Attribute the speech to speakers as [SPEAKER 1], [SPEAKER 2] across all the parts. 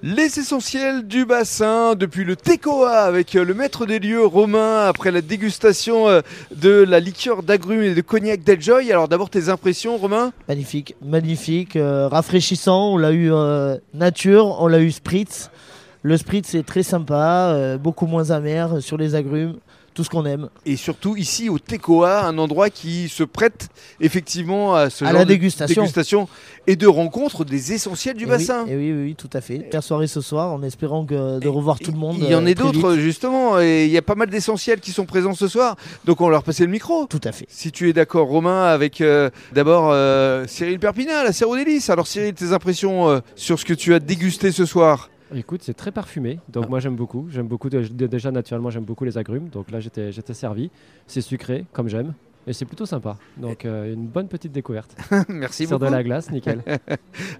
[SPEAKER 1] Les essentiels du bassin, depuis le Tecoa avec euh, le maître des lieux Romain, après la dégustation euh, de la liqueur d'agrumes et de cognac d'Eljoy. Alors d'abord tes impressions Romain
[SPEAKER 2] Magnifique, magnifique, euh, rafraîchissant. On l'a eu euh, nature, on l'a eu spritz. Le spritz est très sympa, euh, beaucoup moins amer euh, sur les agrumes, tout ce qu'on aime.
[SPEAKER 1] Et surtout ici au Tecoa, un endroit qui se prête effectivement à ce
[SPEAKER 2] à
[SPEAKER 1] genre
[SPEAKER 2] la
[SPEAKER 1] de
[SPEAKER 2] dégustation.
[SPEAKER 1] dégustation et de rencontre des essentiels du
[SPEAKER 2] Eh oui,
[SPEAKER 1] bassin.
[SPEAKER 2] eh oui, oui, oui, tout à fait. Faire soirée ce soir, en espérant que de revoir tout le monde.
[SPEAKER 1] Il y en
[SPEAKER 2] euh,
[SPEAKER 1] a
[SPEAKER 2] très
[SPEAKER 1] d'autres
[SPEAKER 2] vite.
[SPEAKER 1] justement et il y a pas mal d'essentiels qui sont présents ce soir. Donc on va leur passer le micro.
[SPEAKER 2] Tout à fait.
[SPEAKER 1] Si tu es d'accord, Romain, avec euh, d'abord euh, Cyril Perpignan, la Serre aux Délices. Alors, Cyril, tes impressions euh, sur ce que tu as dégusté ce soir
[SPEAKER 3] Écoute, c'est très parfumé, donc
[SPEAKER 1] Ah.
[SPEAKER 3] moi j'aime beaucoup. J'aime beaucoup, de- de- déjà naturellement j'aime beaucoup les agrumes, donc là j'étais j'étais servi. C'est sucré, comme j'aime, et c'est plutôt sympa. Donc euh, une bonne petite découverte.
[SPEAKER 1] Merci
[SPEAKER 3] Sur
[SPEAKER 1] beaucoup.
[SPEAKER 3] de la glace, nickel.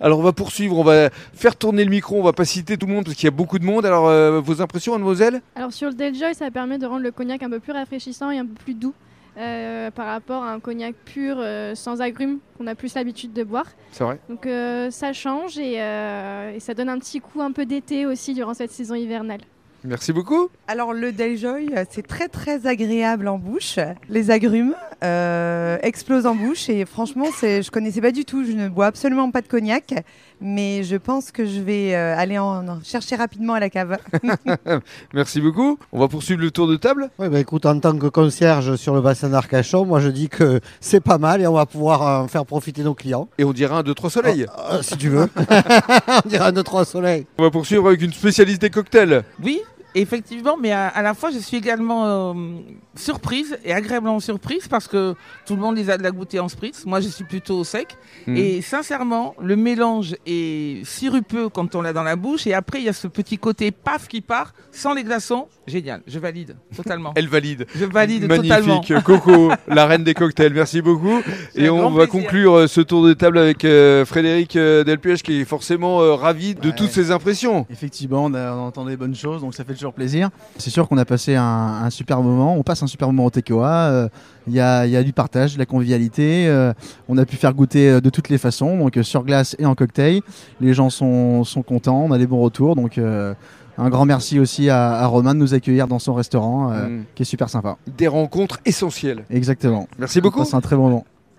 [SPEAKER 1] Alors, on va poursuivre, on va faire tourner le micro, on va pas citer tout le monde parce qu'il y a beaucoup de monde. Alors, euh, vos impressions, mademoiselle
[SPEAKER 4] Alors sur le Deljoy, ça permet de rendre le cognac un peu plus rafraîchissant et un peu plus doux euh, par rapport à un cognac pur euh, sans agrumes qu'on a plus l'habitude de boire.
[SPEAKER 1] C'est vrai.
[SPEAKER 4] Donc euh, ça change et, euh, et ça donne un petit coup un peu d'été aussi durant cette saison hivernale.
[SPEAKER 1] Merci beaucoup.
[SPEAKER 5] Alors le Deljoy, euh, c'est très très agréable en bouche. Les agrumes euh, explosent en bouche et franchement, c'est, je connaissais pas du tout. Je ne bois absolument pas de cognac, mais je pense que je vais euh, aller en, en chercher rapidement à la cave.
[SPEAKER 1] Merci beaucoup. On va poursuivre le tour de table.
[SPEAKER 6] Oui, bah écoute, en tant que concierge sur le bassin d'Arcachon, moi je dis que c'est pas mal et on va pouvoir euh, en faire profiter nos clients.
[SPEAKER 1] Et on dira un, deux, trois soleils.
[SPEAKER 6] Euh, si tu veux. on dirait un autre trois soleil.
[SPEAKER 1] On va poursuivre avec une spécialiste des cocktails.
[SPEAKER 7] Oui, effectivement, mais à, à la fois, je suis également euh, surprise et agréablement surprise parce que tout le monde les a de la goûter en spritz. Moi, je suis plutôt au sec.
[SPEAKER 1] Mhm.
[SPEAKER 7] Et sincèrement, le mélange est sirupeux quand on l'a dans la bouche. Et après, il y a ce petit côté paf qui part sans les glaçons. Génial, je valide totalement.
[SPEAKER 1] Elle valide.
[SPEAKER 7] Je valide totalement.
[SPEAKER 1] Magnifique, Coco, la reine des cocktails. Merci beaucoup.
[SPEAKER 7] C'est
[SPEAKER 1] Et
[SPEAKER 7] un
[SPEAKER 1] on
[SPEAKER 7] grand
[SPEAKER 1] va
[SPEAKER 7] plaisir.
[SPEAKER 1] conclure euh, ce tour de table avec euh, Frédéric euh, Delpuech qui est forcément euh, ravi de
[SPEAKER 8] Ouais.
[SPEAKER 1] toutes ses impressions.
[SPEAKER 8] Effectivement, on, a, on entend des bonnes choses, donc ça fait toujours plaisir. C'est sûr qu'on a passé un, un super moment. On passe un super moment au TKOA. euh, Il y, a, il y a du partage, de la convivialité. euh, on a pu faire goûter euh, de toutes les façons, donc euh, sur glace et en cocktail. Les gens sont, sont contents. On a des bons retours. Donc euh, un grand merci aussi à, à Romain de nous accueillir dans son restaurant, euh,
[SPEAKER 1] Mm.
[SPEAKER 8] qui est super sympa.
[SPEAKER 1] Des rencontres essentielles.
[SPEAKER 8] Exactement.
[SPEAKER 1] Merci
[SPEAKER 8] On
[SPEAKER 1] beaucoup.
[SPEAKER 8] passe un très bon moment.